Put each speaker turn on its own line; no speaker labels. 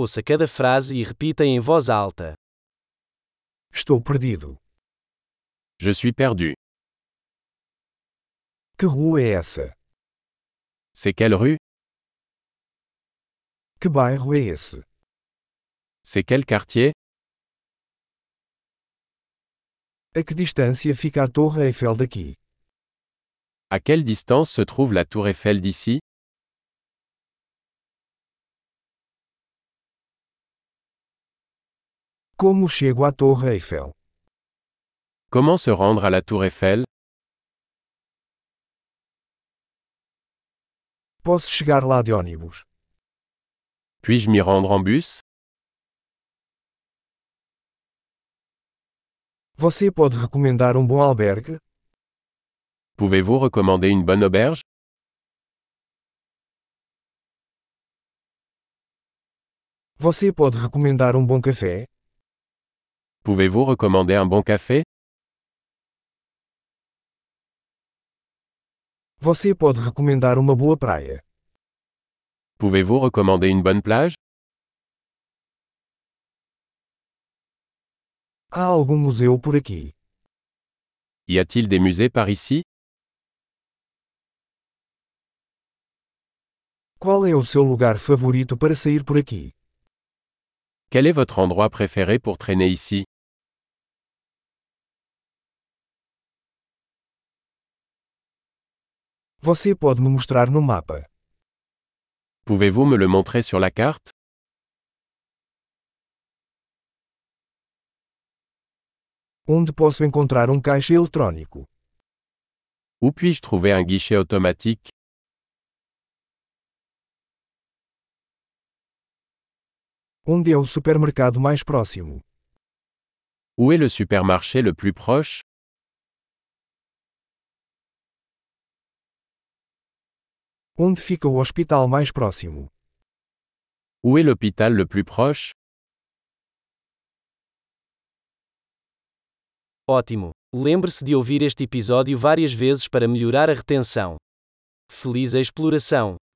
Ouça cada frase e repita em voz alta.
Estou perdido.
Je suis perdu.
Que rua é essa?
C'est quelle rue
Que bairro é esse?
C'est quel quartier
A que distância fica a Torre Eiffel daqui?
À quelle distance se trouve la tour Eiffel d'ici
Como chego à Torre Eiffel?
Comment se rendre à la tour Eiffel
Posso chegar lá de ônibus?
Puis-je m'y rendre en bus
Você pode recomendar um bom albergue?
Pouvez-vous recommander une bonne auberge
Você pode recomendar um bom café?
Pouvez-vous recommander un bon café
Você pode recomendar uma boa praia?
Pouvez-vous recommander une bonne plage
Há algum museu por aqui?
Y a-t-il des musées par ici
Qual é o seu lugar favorito para sair por aqui?
Quel est votre endroit préféré pour traîner ici
Você pode me mostrar no mapa.
Pouvez-vous me le montrer sur la carte
Onde posso encontrar um caixa eletrônico?
Où puis-je trouver un guichet automatique
Onde é o supermercado mais próximo?
Où est le supermarché le plus proche
Onde fica o hospital mais próximo?
Où est l'hôpital le plus proche
Ótimo! Lembre-se de ouvir este episódio várias vezes para melhorar a retenção. Feliz a exploração!